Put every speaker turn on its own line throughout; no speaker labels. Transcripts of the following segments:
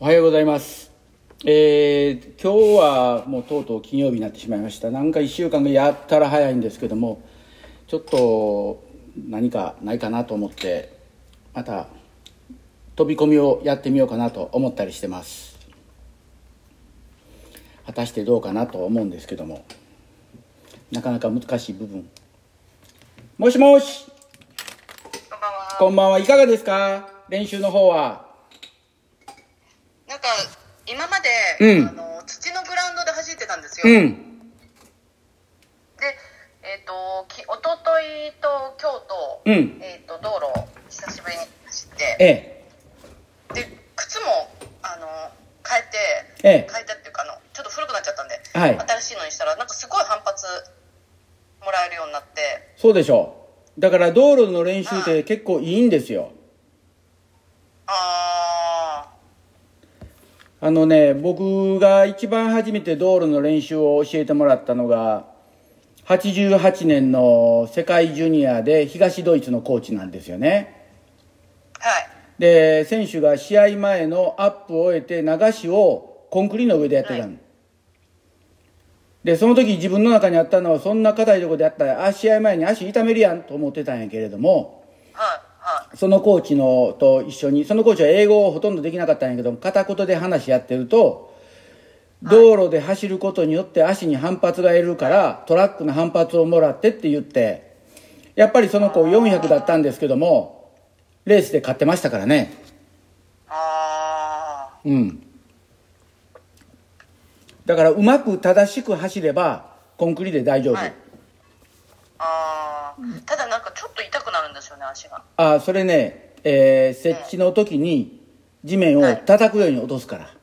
おはようございます。えー今日はもうとうとう金曜日になってしまいました。なんか1週間がやったら早いんですけども、ちょっと何かないかなと思って、また飛び込みをやってみようかなと思ったりしてます。果たしてどうかなと思うんですけども、なかなか難しい部分。もしもし、
こんばんは。
こんばんはいかがですか練習の方は。
なんか、今まで、
うん
あの、土のグラウンドで走ってたんですよ。
う
で、
ん、
えっ、と、き、おとといと今日と、
うん
えっ、と、道路を久しぶりに走って、
ええ。
で、靴も、あの、変えて、
ええ
変えたっていうか、あの、ちょっと古くなっちゃったんで、
はい
新しいのにしたら、なんかすごい反発もらえるようになって、
そうでしょうだから道路の練習って結構いいんですよ
あ
あのね僕が一番初めて道路の練習を教えてもらったのが88年の世界ジュニアで東ドイツのコーチなんですよね
ー、はい。
で選手が試合前のアップを終えて流しをコンクリの上でやってたの、
はい
でその時自分の中にあったのはそんな硬いところでやったらあ試合前に足痛めるやんと思ってたんやけれども
はい、はい。
そのコーチのと一緒に、そのコーチは英語をほとんどできなかったんやけど、片言で話し合ってると、道路で走ることによって足に反発が得るから、トラックの反発をもらってって言って、やっぱりその子400だったんですけども、レースで勝ってましたからね。
あ
うん。だからうまく正しく走れば、コンクリで大丈
ー、
夫。
はい。あー、ただなんかちょっと痛くなるんですよね、足が。
ああ、それね、えー設置の時に地面を叩くように落とすから。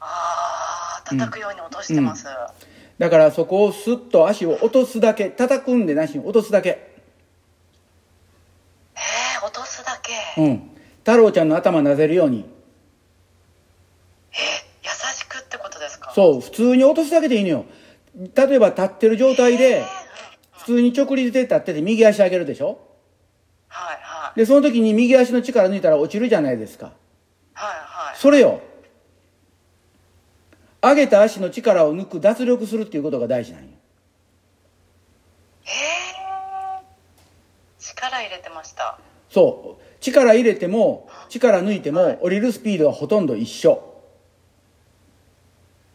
ああ叩くように落としてます、
だからそこをスッと足を落とすだけ叩くんでなしに落とすだけ
えー、落とすだけ、
うん太郎ちゃんの頭なぜるように
優しくってことですか
そう普通に落とすだけでいいのよ例えば立ってる状態で普通に直立で立ってて右足上げるでしょ
はいはい
でその時に右足の力抜いたら落ちるじゃないですか
はいはい
それよ上げた足の力を抜く脱力するっていうことが大事なんよ
えー、力入れてました
そう力入れても力抜いても降りるスピードはほとんど一緒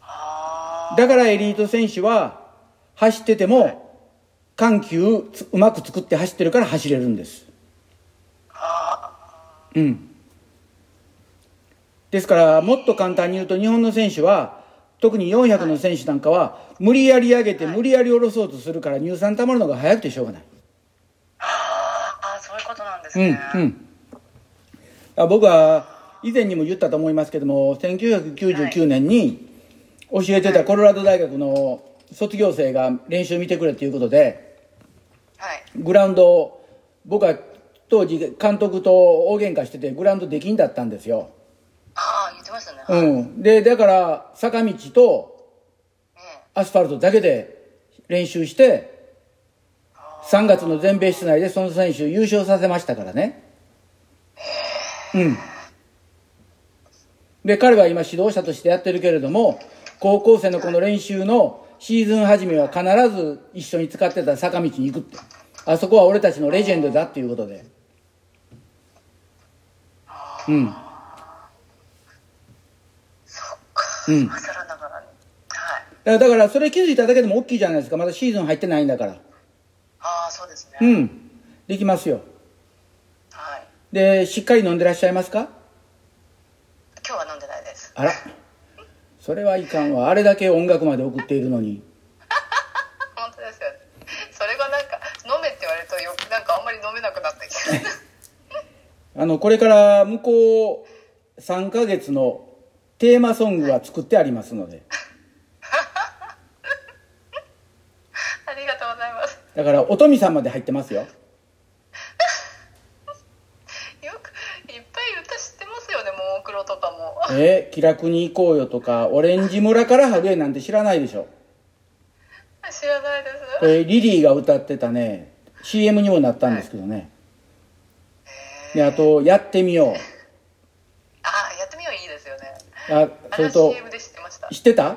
あ
だからエリート選手は走ってても緩急つうまく作って走ってるから走れるんですうんですからもっと簡単に言うと日本の選手は特に400の選手なんかは無理やり上げて無理やり下ろそうとするから乳酸溜まるのが早くてしょうがない
ああそういうことなんです
うん
ね、
うんあ僕は以前にも言ったと思いますけども1999年に教えてたコロラド大学の卒業生が練習見てくれということで
はい
グラウンドを僕は当時監督と大喧嘩しててグラウンドできんだったんですよ、
ああ言ってましたね、はい、うん
うん、でだから坂道とアスファルトだけで練習して3月の全米室内でその選手を優勝させましたからねうんで彼は今指導者としてやってるけれども高校生のこの練習のシーズン初めは必ず一緒に使ってた坂道に行くってあそこは俺たちのレジェンドだっていうことでうん
そっか、
うん
今更ながらには
だ
い
だからそれ気づいただけでも大きいじゃないですかまだシーズン入ってないんだから
ああそうですね、
うんできますよ
はい
でしっかり飲んでらっしゃいますか
今日は飲んでないです
あらそれはいかんわあれだけ音楽まで送っているのに
本当ですよねそれがなんか飲めって言われるとよなんかあんまり飲めなくなってき て
あのこれから向こう3ヶ月のテーマソングは作ってありますので
ありがとうございます
だからおとみさんまで入ってますよ
よくいっぱい歌知ってますよねももクロとかも
えー気楽に行こうよとかオレンジ村から春へなんて知らないでしょ
知らないです
これリリーが歌ってたね CM にもなったんですけどねであと「やってみよう」あ
あ
それ
れは
と
CM で知ってました
知ってた
はい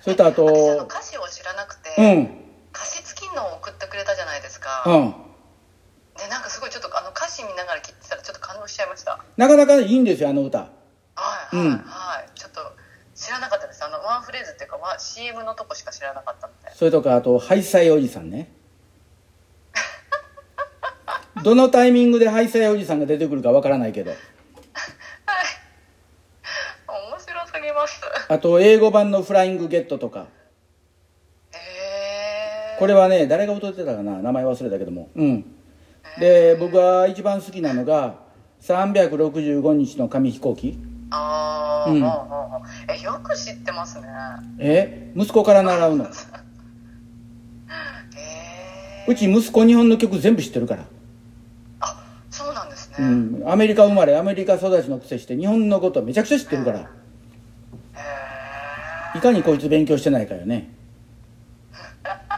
それとあと
で私の歌詞を知らなくて、
うん
歌詞付きのを送ってくれたじゃないですか、
うん
でなんかすごいちょっとあの歌詞見ながら聞いてたらちょっと感動しちゃいました
なかなかいいんですよあの歌
はいはい、
うん
はいちょっと知らなかったですあのワンフレーズっていうかワン CM のとこしか知らなかったので
それとかあと「ハイサイおじさんね」どのタイミングでハイサイおじさんが出てくるかわからないけど
面白すぎます
あと英語版の「フライングゲット」とか
へえ
これはね誰が踊ってたかな名前忘れたけどもうんで僕が一番好きなのが「365日の紙飛行機
ああ、
うん
うんうん、えよく知ってますね」
え息子から習うの
へえ
うち息子日本の曲全部知ってるから、
あそうなんですね、
うん、アメリカ生まれアメリカ育ちのくせして日本のことめちゃくちゃ知ってるから
へえ
いかにこいつ勉強してないかよね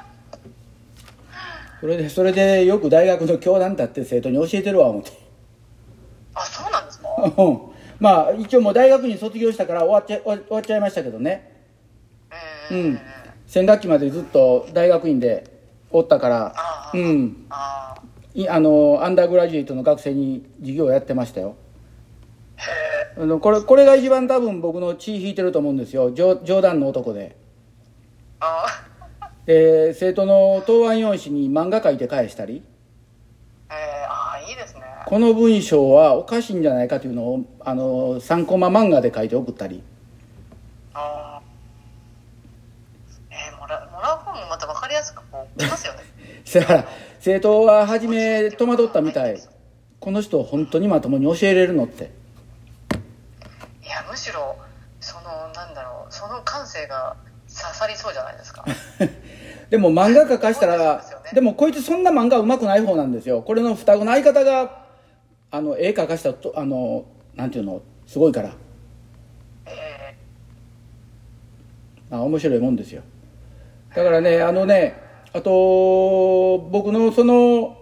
それでそれでよく大学の教団だって生徒に教えてるわ思って
あそうなんですか
うんまあ一応もう大学に卒業したから終わっちゃ終わ終わっちゃいましたけどね
う、
うんん先学期までずっと大学院でおったから
ああ
うん
ああ
いあのアンダーグラジュエイトの学生に授業をやってましたよあのこれこれが一番多分僕の血引いてると思うんですよ冗冗談の男で
あ
で生徒の答案用紙に漫画書いて返したり
あ、 えー、ああいいですね
この文章はおかしいんじゃないかというのをあの3コマ漫画で書いて送ったり
ああえー、もらもらう方もまた分かりやすくこう来ます よね
せやから生徒は初め戸惑ったみたいこの人本当にまともに教えれるのって
いやむしろそのなんだろうその感性が刺さりそうじゃないですか
でも漫画家化したら
そうですよね
でもこいつそんな漫画うまくない方なんですよこれの双子の相方があの絵描かしたとあのなんていうのすごいから
え
あ面白いもんですよだからねあのねあと僕のその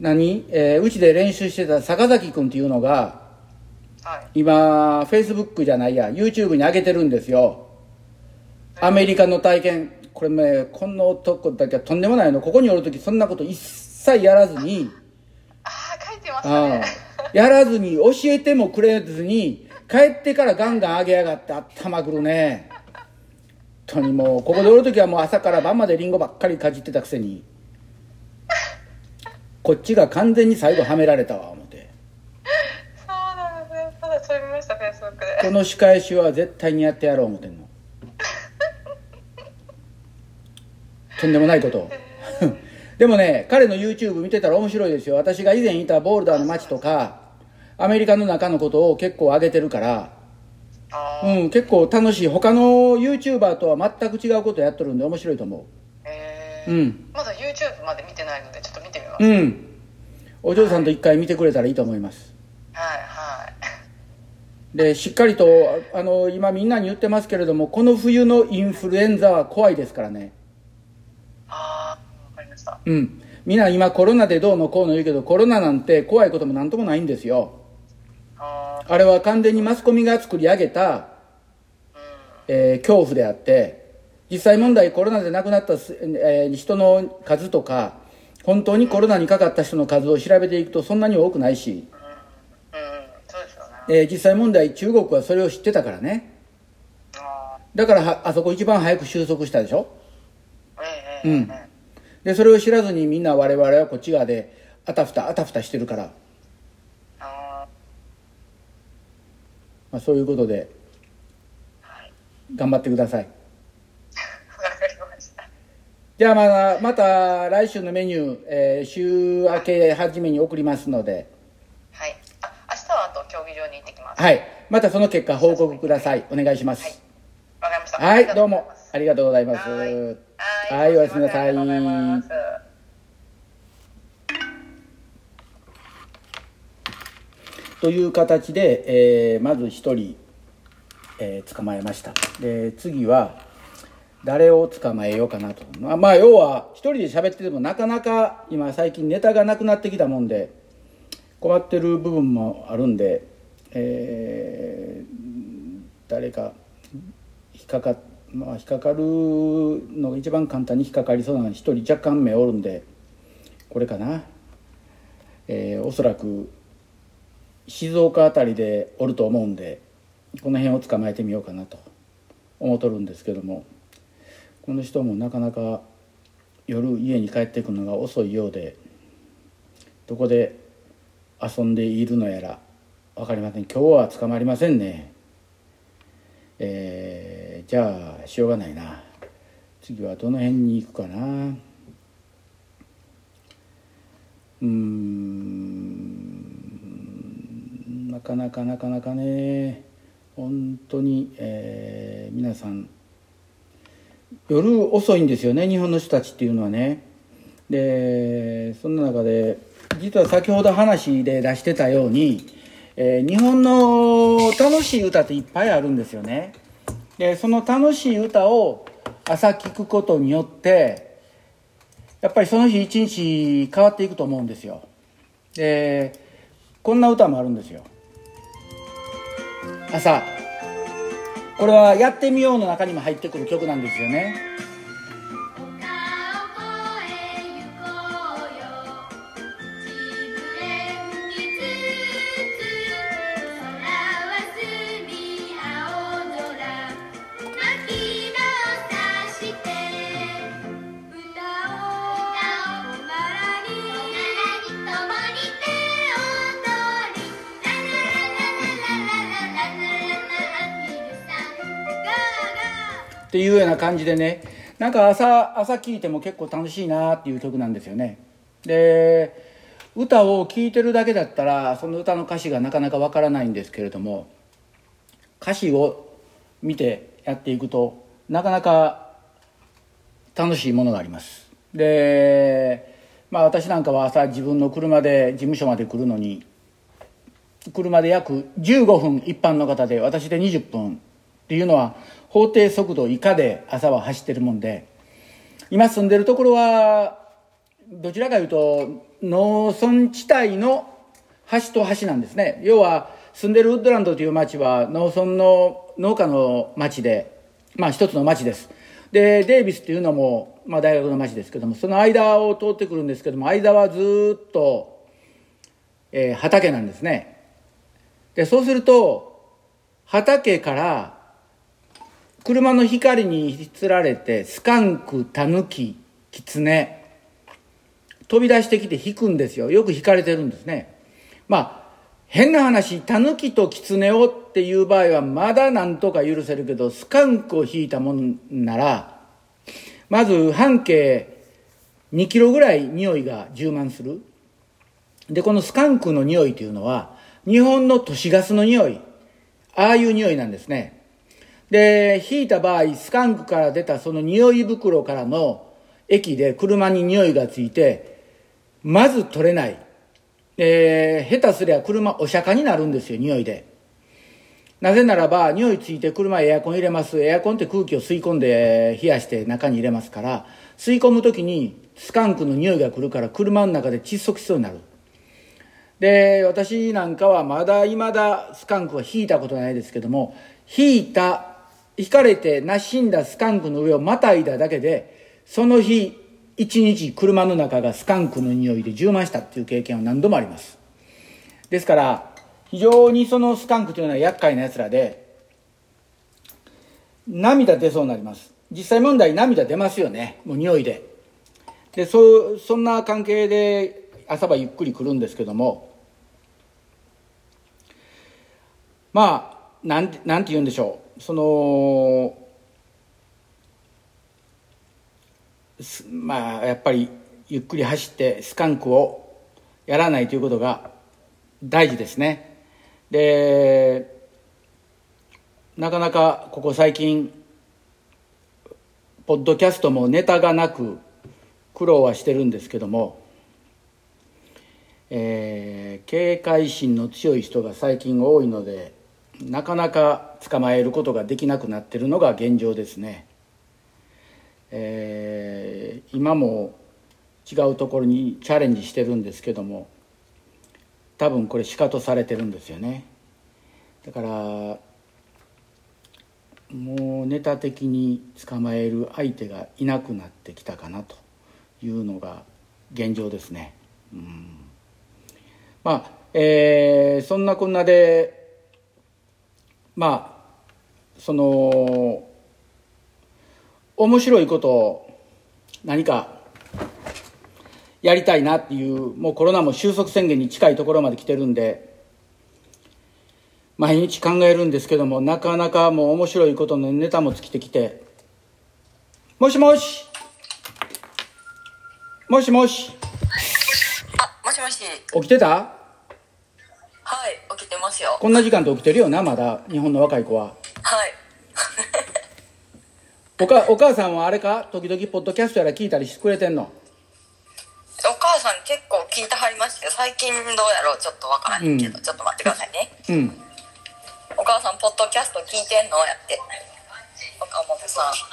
何、えーうちで練習してた坂崎君っていうのが
ー、はい
今フェイスブックじゃないや YouTube に上げてるんですよアメリカの体験これねこの男だけはとんでもないのここにおる時そんなこと一切やらずに
ああ書いてました
あ
ね
あやらずに教えてもくれずに帰ってからガンガン上げやがって頭くるね本当にもうここでおる時はもう朝から晩までリンゴばっかりかじってたくせにこっちが完全に最後はめられたわ思って
そうなんですねただそれ見ましたフェイスブックで
この仕返しは絶対にやってやろう思ってんのとんでもないことを でもね彼の YouTube 見てたら面白いですよ私が以前いたボールダーの街とかアメリカの中のことを結構上げてるから
ああ
うん結構楽しい他の YouTuber とは全く違うことやっとるんで面白いと思
え
う
ー
うん
まだ YouTube まで見てないのでちょっと見てみます、
うんお嬢さんと一回見てくれたらいいと思います
はいはい
でしっかりとあの今みんなに言ってますけれどもこの冬のインフルエンザは怖いですからね
ああわかりました
うん、みんな今コロナでどうのこうの言うけどコロナなんて怖いこともなんともないんですよ
ああ
あれは完全にマスコミが作り上げた、えー恐怖であって実際問題コロナで亡くなったす、えー人の数とか本当にコロナにかかった人の数を調べていくとそんなに多くないし、
うんそうですよね
えー実際問題中国はそれを知ってたからね
あ
だからはあそこ一番早く収束したでしょ
あええええ
うんでそれを知らずにみんな我々はこっち側であたふたあたふたしてるから、
あ
まあ、そういうことで
あはい
頑張ってください
わかりました
じゃあまたまた来週のメニュー、えー週明け初めに送りますので、
はいあ明日はあと競技場に行ってきます
はい、またその結果報告くださいお願いします
わかりました
はい、
ありがと
どう
ござい
も
ます
ありがとうございます
はい
は
はい
おやすみなさい
ありがとうございます
という形で、えーまず一人、えー捕まえましたで次は誰を捕まえようかなとまあまあ要は一人で喋っててもなかなか今最近ネタがなくなってきたもんで困ってる部分もあるんで、え誰か引っかか,、まあ、引っかかるのが一番簡単に引っかかりそうなのが一人若干目おるんでこれかな、えーおそらく静岡あたりでおると思うんでこの辺を捕まえてみようかなと思うとるんですけどもこの人もなかなか夜家に帰ってくるのが遅いようでどこで遊んでいるのやら分かりません今日は捕まりませんねえーじゃあしょうがないな次はどの辺に行くかなうーんなかなかなかなかね本当に、えー皆さん夜遅いんですよね日本の人たちっていうのはねでそんな中で実は先ほど話で出してたように、えー日本の楽しい歌っていっぱいあるんですよねでその楽しい歌を朝聞くことによってやっぱりその日一日変わっていくと思うんですよでこんな歌もあるんですよ朝これは「やってみよう」の中にも入ってくる曲なんですよね
丘を越え行こうよ「自分につつ空は澄み青空」「泣きのさして」「歌をおならにともに手を取り」「ラララララララララララヒルさんゴーゴー」
っていうような感じでねなんか朝朝聴いても結構楽しいなっていう曲なんですよねで歌を聴いてるだけだったらその歌の歌詞がなかなかわからないんですけれども歌詞を見てやっていくとなかなか楽しいものがありますでまあ私なんかは朝自分の車で事務所まで来るのに車で約15分一般の方で私で20分っていうのは法定速度以下で朝は走ってるもんで今住んでるところはどちらかいうと農村地帯の橋と橋なんですね要は住んでるウッドランドという町は農村の農家の町でまあ一つの町ですでデイビスっていうのも、まあ、大学の町ですけどもその間を通ってくるんですけども間はずーっと、えー畑なんですねでそうすると畑から車の光につられてスカンクタヌキキツネ飛び出してきて引くんですよよく引かれてるんですねまあ変な話タヌキとキツネをっていう場合はまだなんとか許せるけどスカンクを引いたもんならまず半径2キロぐらい匂いが充満するでこのスカンクの匂いというのは日本の都市ガスの匂いああいう匂いなんですねで引いた場合スカンクから出たその匂い袋からの液で車に匂いがついてまず取れない、えー下手すりゃ車お釈迦になるんですよ匂いでなぜならば匂いついて車エアコン入れますエアコンって空気を吸い込んで冷やして中に入れますから吸い込む時にスカンクの匂いが来るから車の中で窒息しそうになるで私なんかはまだいまだスカンクは引いたことないですけども引いた引かれてなしんだスカンクの上をまたいだだけでその日一日車の中がスカンクの匂いで充満したっていう経験は何度もありますですから非常にそのスカンクというのは厄介なやつらで涙出そうになります実際問題涙出ますよねもう匂いででそうそんな関係で朝はゆっくり来るんですけどもまあなんてなんて言うんでしょうそのすまあやっぱりゆっくり走ってスカンクをやらないということが大事ですねでなかなかここ最近ポッドキャストもネタがなく苦労はしてるんですけども、えー警戒心の強い人が最近多いのでなかなか捕まえることができなくなってるのが現状ですね、えー今も違うところにチャレンジしてるんですけども多分これシカトされてるんですよねだからもうネタ的に捕まえる相手がいなくなってきたかなというのが現状ですね。うん、まあ、えーそんなこんなでまあその面白いことを何かやりたいなっていうもうコロナも収束宣言に近いところまで来てるんで。毎日考えるんですけどもなかなかもう面白いことのネタも尽きてきてもしもしもしもし
あ、もしもし。
起きてた
はい、起きてますよ。
こんな時間って起きてるよなまだ日本の若い子は
はい。
おかお母さんはあれか時々ポッドキャストやら聞いたりしてくれてんの
お母さん結構聞いてはりましたよ。最近どうやろうちょっとわからんけど、
うん
ちょっと待ってくださいね。
うん
お母さん、ポッドキャスト聞いてんのやって。岡本さん。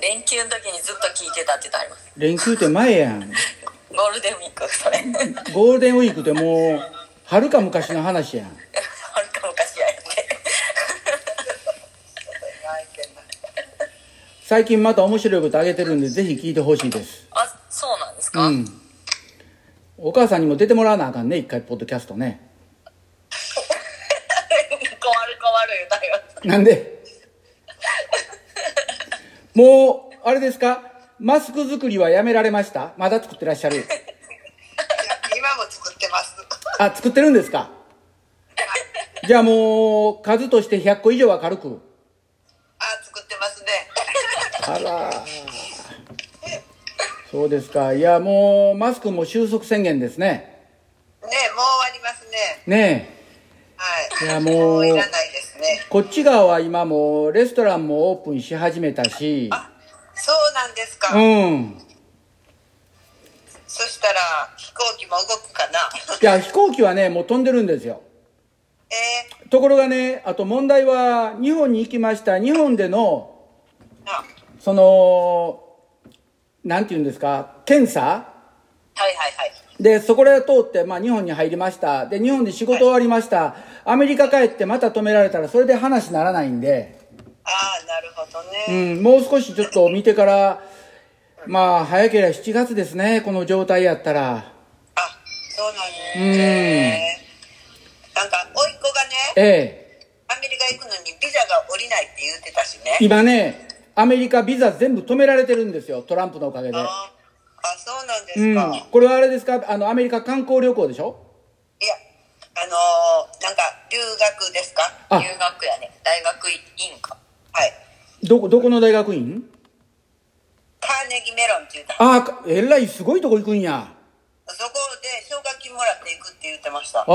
連休の時にずっと聞いてたって言ってはります。
連休って前やん
ゴールデンウィーク、それ。 は
ゴールデンウィークってもうはるか昔の話やん
るか昔ややって。
最近また面白いことあげてるんでぜひ聞いてほしいです
あ、そうなんです
う
か、
んお母さんにも出てもらわなあかんね一回ポッドキャストね
困る困る言うたよ。
なんでもうあれですかマスク作りはやめられましたまだ作ってらっしゃる
今も作ってます。
あ作ってるんですかじゃあもう数として100個以上は軽く
あ、作ってますね。
あらそうですかいやもうマスクも収束宣言ですね
ね、もう終わりますね。
ねえ
はい。
いやもう
いらないですね。
こっち側は今もうレストランもオープンし始めたし
あ、そうなんですか。
うん
そしたら飛行機も動くかな。
いや飛行機はねもう飛んでるんですよ
えー、
ところがねあと問題は日本に行きました日本での
あ、
そのなんて言うんですか検査
はいはいはい。
でそこら通って、まあ、日本に入りましたで日本で仕事終わりました、アメリカ帰ってまた止められたらそれで話にならないんで、
あー、なるほど
う
ね。
ん、もう少しちょっと見てからまあ早ければ7月ですねこの状態やったら
あ、そうなんですね。なんか、甥っ子がね、
え
アメリカ行くのにビザが下りないって言ってたし
え
ね。
今ねアメリカビザ全部止められてるんですよトランプのおかげで、
あー、あそうなんで
う
す
ん
か。、
これはあれですかあのアメリカ観光旅行でしょ
いや、あのーなんか、留学ですか
あ
留学やね。大学院か。
はい。
どこどこの大学院
カーネギーメロンって言うた。
ああえらいすごいとこ行くんや
そこで奨学金もらっていくって言ってました。なんか
あ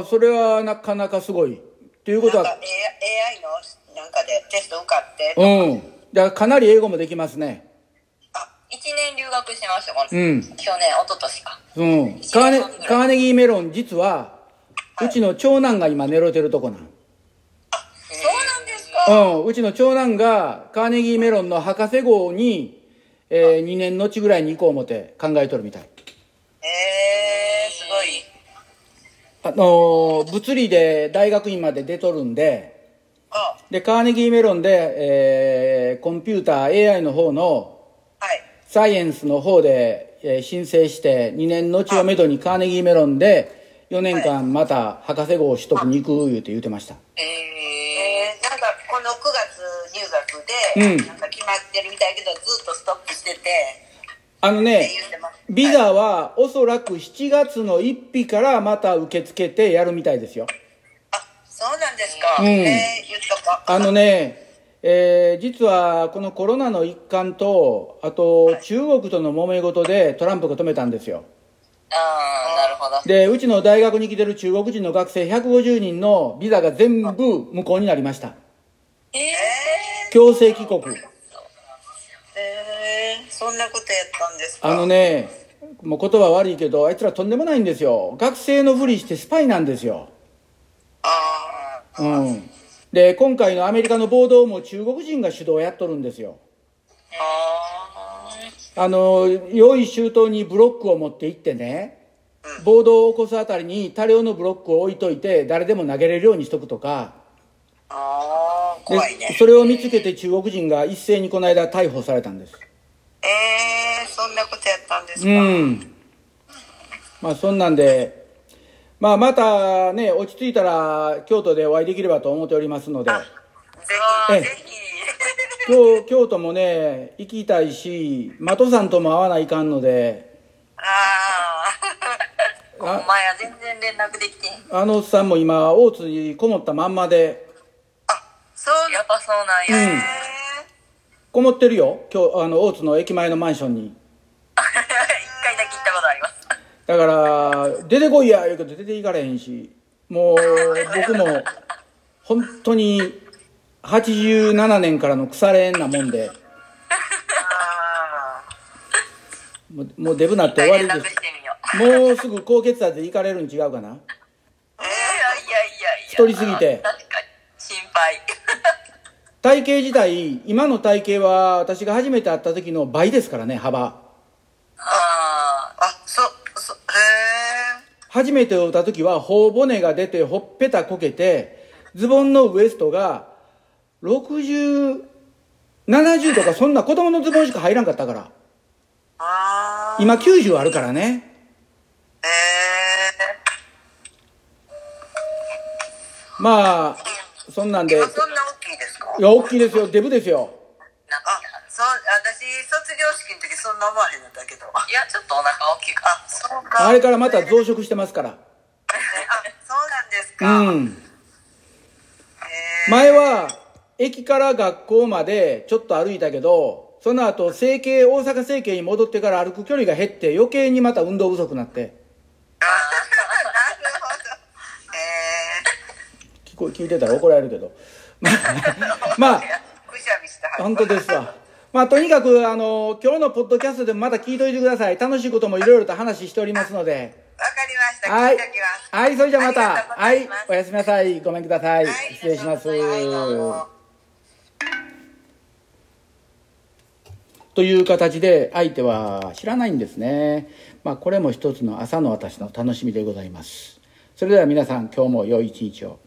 あそれはなかなかすごいということは
A- AI のなんかでテスト受かって、
うんだからかなり英語もできますね
あ、1年留学してました、この、
うん
去年、一昨年か。
うんカーネカーネギーメロン実はうちの長男が今寝ろてるとこなん
そうなんですか
うんうちの長男がカーネギーメロンの博士号に、え2年後ぐらいに行こう思て考えとるみたい
えー、すごい。
あのー物理で大学院まで出とるんで
あ
でカーネギーメロンで、えーコンピューター AI の方の
はい。
サイエンスの方で、えー申請して2年後をめどにカーネギーメロンで4年間また博士号を取得に行く言うて言うてました
えー、
えー、なんかこの9月入学
う
で、
ん
なんか決まってるみたいけど、ずっとストップしてて、っ
あの
て
ね
言ってます。
ビザはおそらく7月の1日からまた受け付けてやるみたいですよ
あ、そうなんですか。
うん
えー、言っとこう。
あのね、えー実はこのコロナの一環とあと中国との揉め事でトランプが止めたんですよ
あー、なるほど。
でうちの大学に来てる中国人の学生150人のビザが全部無効になりました
え
強制帰国
えー、そんなことやったんですか。
あのね、もう言葉悪いけど、あいつらとんでもないんですよ。学生のふりしてスパイなんですよ。
あー
うん。で、今回のアメリカの暴動も中国人が主導やっとるんですよ。
あ
あの、用意周到にブロックを持って行ってね、
ー、
暴動を起こすあたりに多量のブロックを置いといて誰でも投げれるようにしとくとか
ああ
で
怖いね
それを見つけて中国人が一斉にこの間逮捕されたんです
えー、そんなことやったんです
う
か、
んまあそんなんで、まあ、またね落ち着いたら京都でお会いできればと思っておりますので
ぜ
ええ
ひぜ ひ
京京都もね行きたいし的さんとも会わないかんので
ああほんまや全然連絡できてん
あのおっさんも今大津にこもったまんまで
そうやっぱそうなんや、
うんこもってるよ今日あの大津の駅前のマンションに
一回だけ行ったことあります
だから出てこいや言うけど出ていかれへんしもう僕も本当に87年からの腐れ縁なもんで
ああ
もうもうデブなって終わ
連
り
絡
で
してみよ
す
う
もうすぐ高血圧で行かれるに違うかな
えー、いやいやいや
太りすぎて
確かに心配
体 型自体今の体型は私が初めて会った時の倍ですからね幅
ああ
あそそへえ
初めて会った時は頬骨が出てほっぺたこけてズボンのウエストが6070とかそんな子供のズボンしか入らんかったから
あ
今90あるからね
ーへ
まあそんなんでい
え
や
そんな大きいですか
大きいですよデブですよ
なん
あ
か
そう私卒業式の時そんな思わへんのだけど
いやちょっとお腹大きいか
あそうか
あれからまた増殖してますから
あそうなんですか、
う
へ
ん
え
前は駅から学校までちょっと歩いたけどその後整形大阪整形に戻ってから歩く距離が減って余計にまた運動不足になって
なるほどへえ
聞こ聞いてたら怒られるけど まあまあ
くしゃみしたは
本当ですわまあとにかくあの今日のポッドキャストでもまた聞いといてください楽しいこともいろいろと話しておりますので
わかりました
はい
聞いときます
はいそれじゃあまた
あ
は
り
い
がとうご
おやすみなさいごめんください、
はい
失礼します、
はいどうも
という形で相手は知らないんですねまあこれも一つの朝の私の楽しみでございますそれでは皆さん今日も良い一日を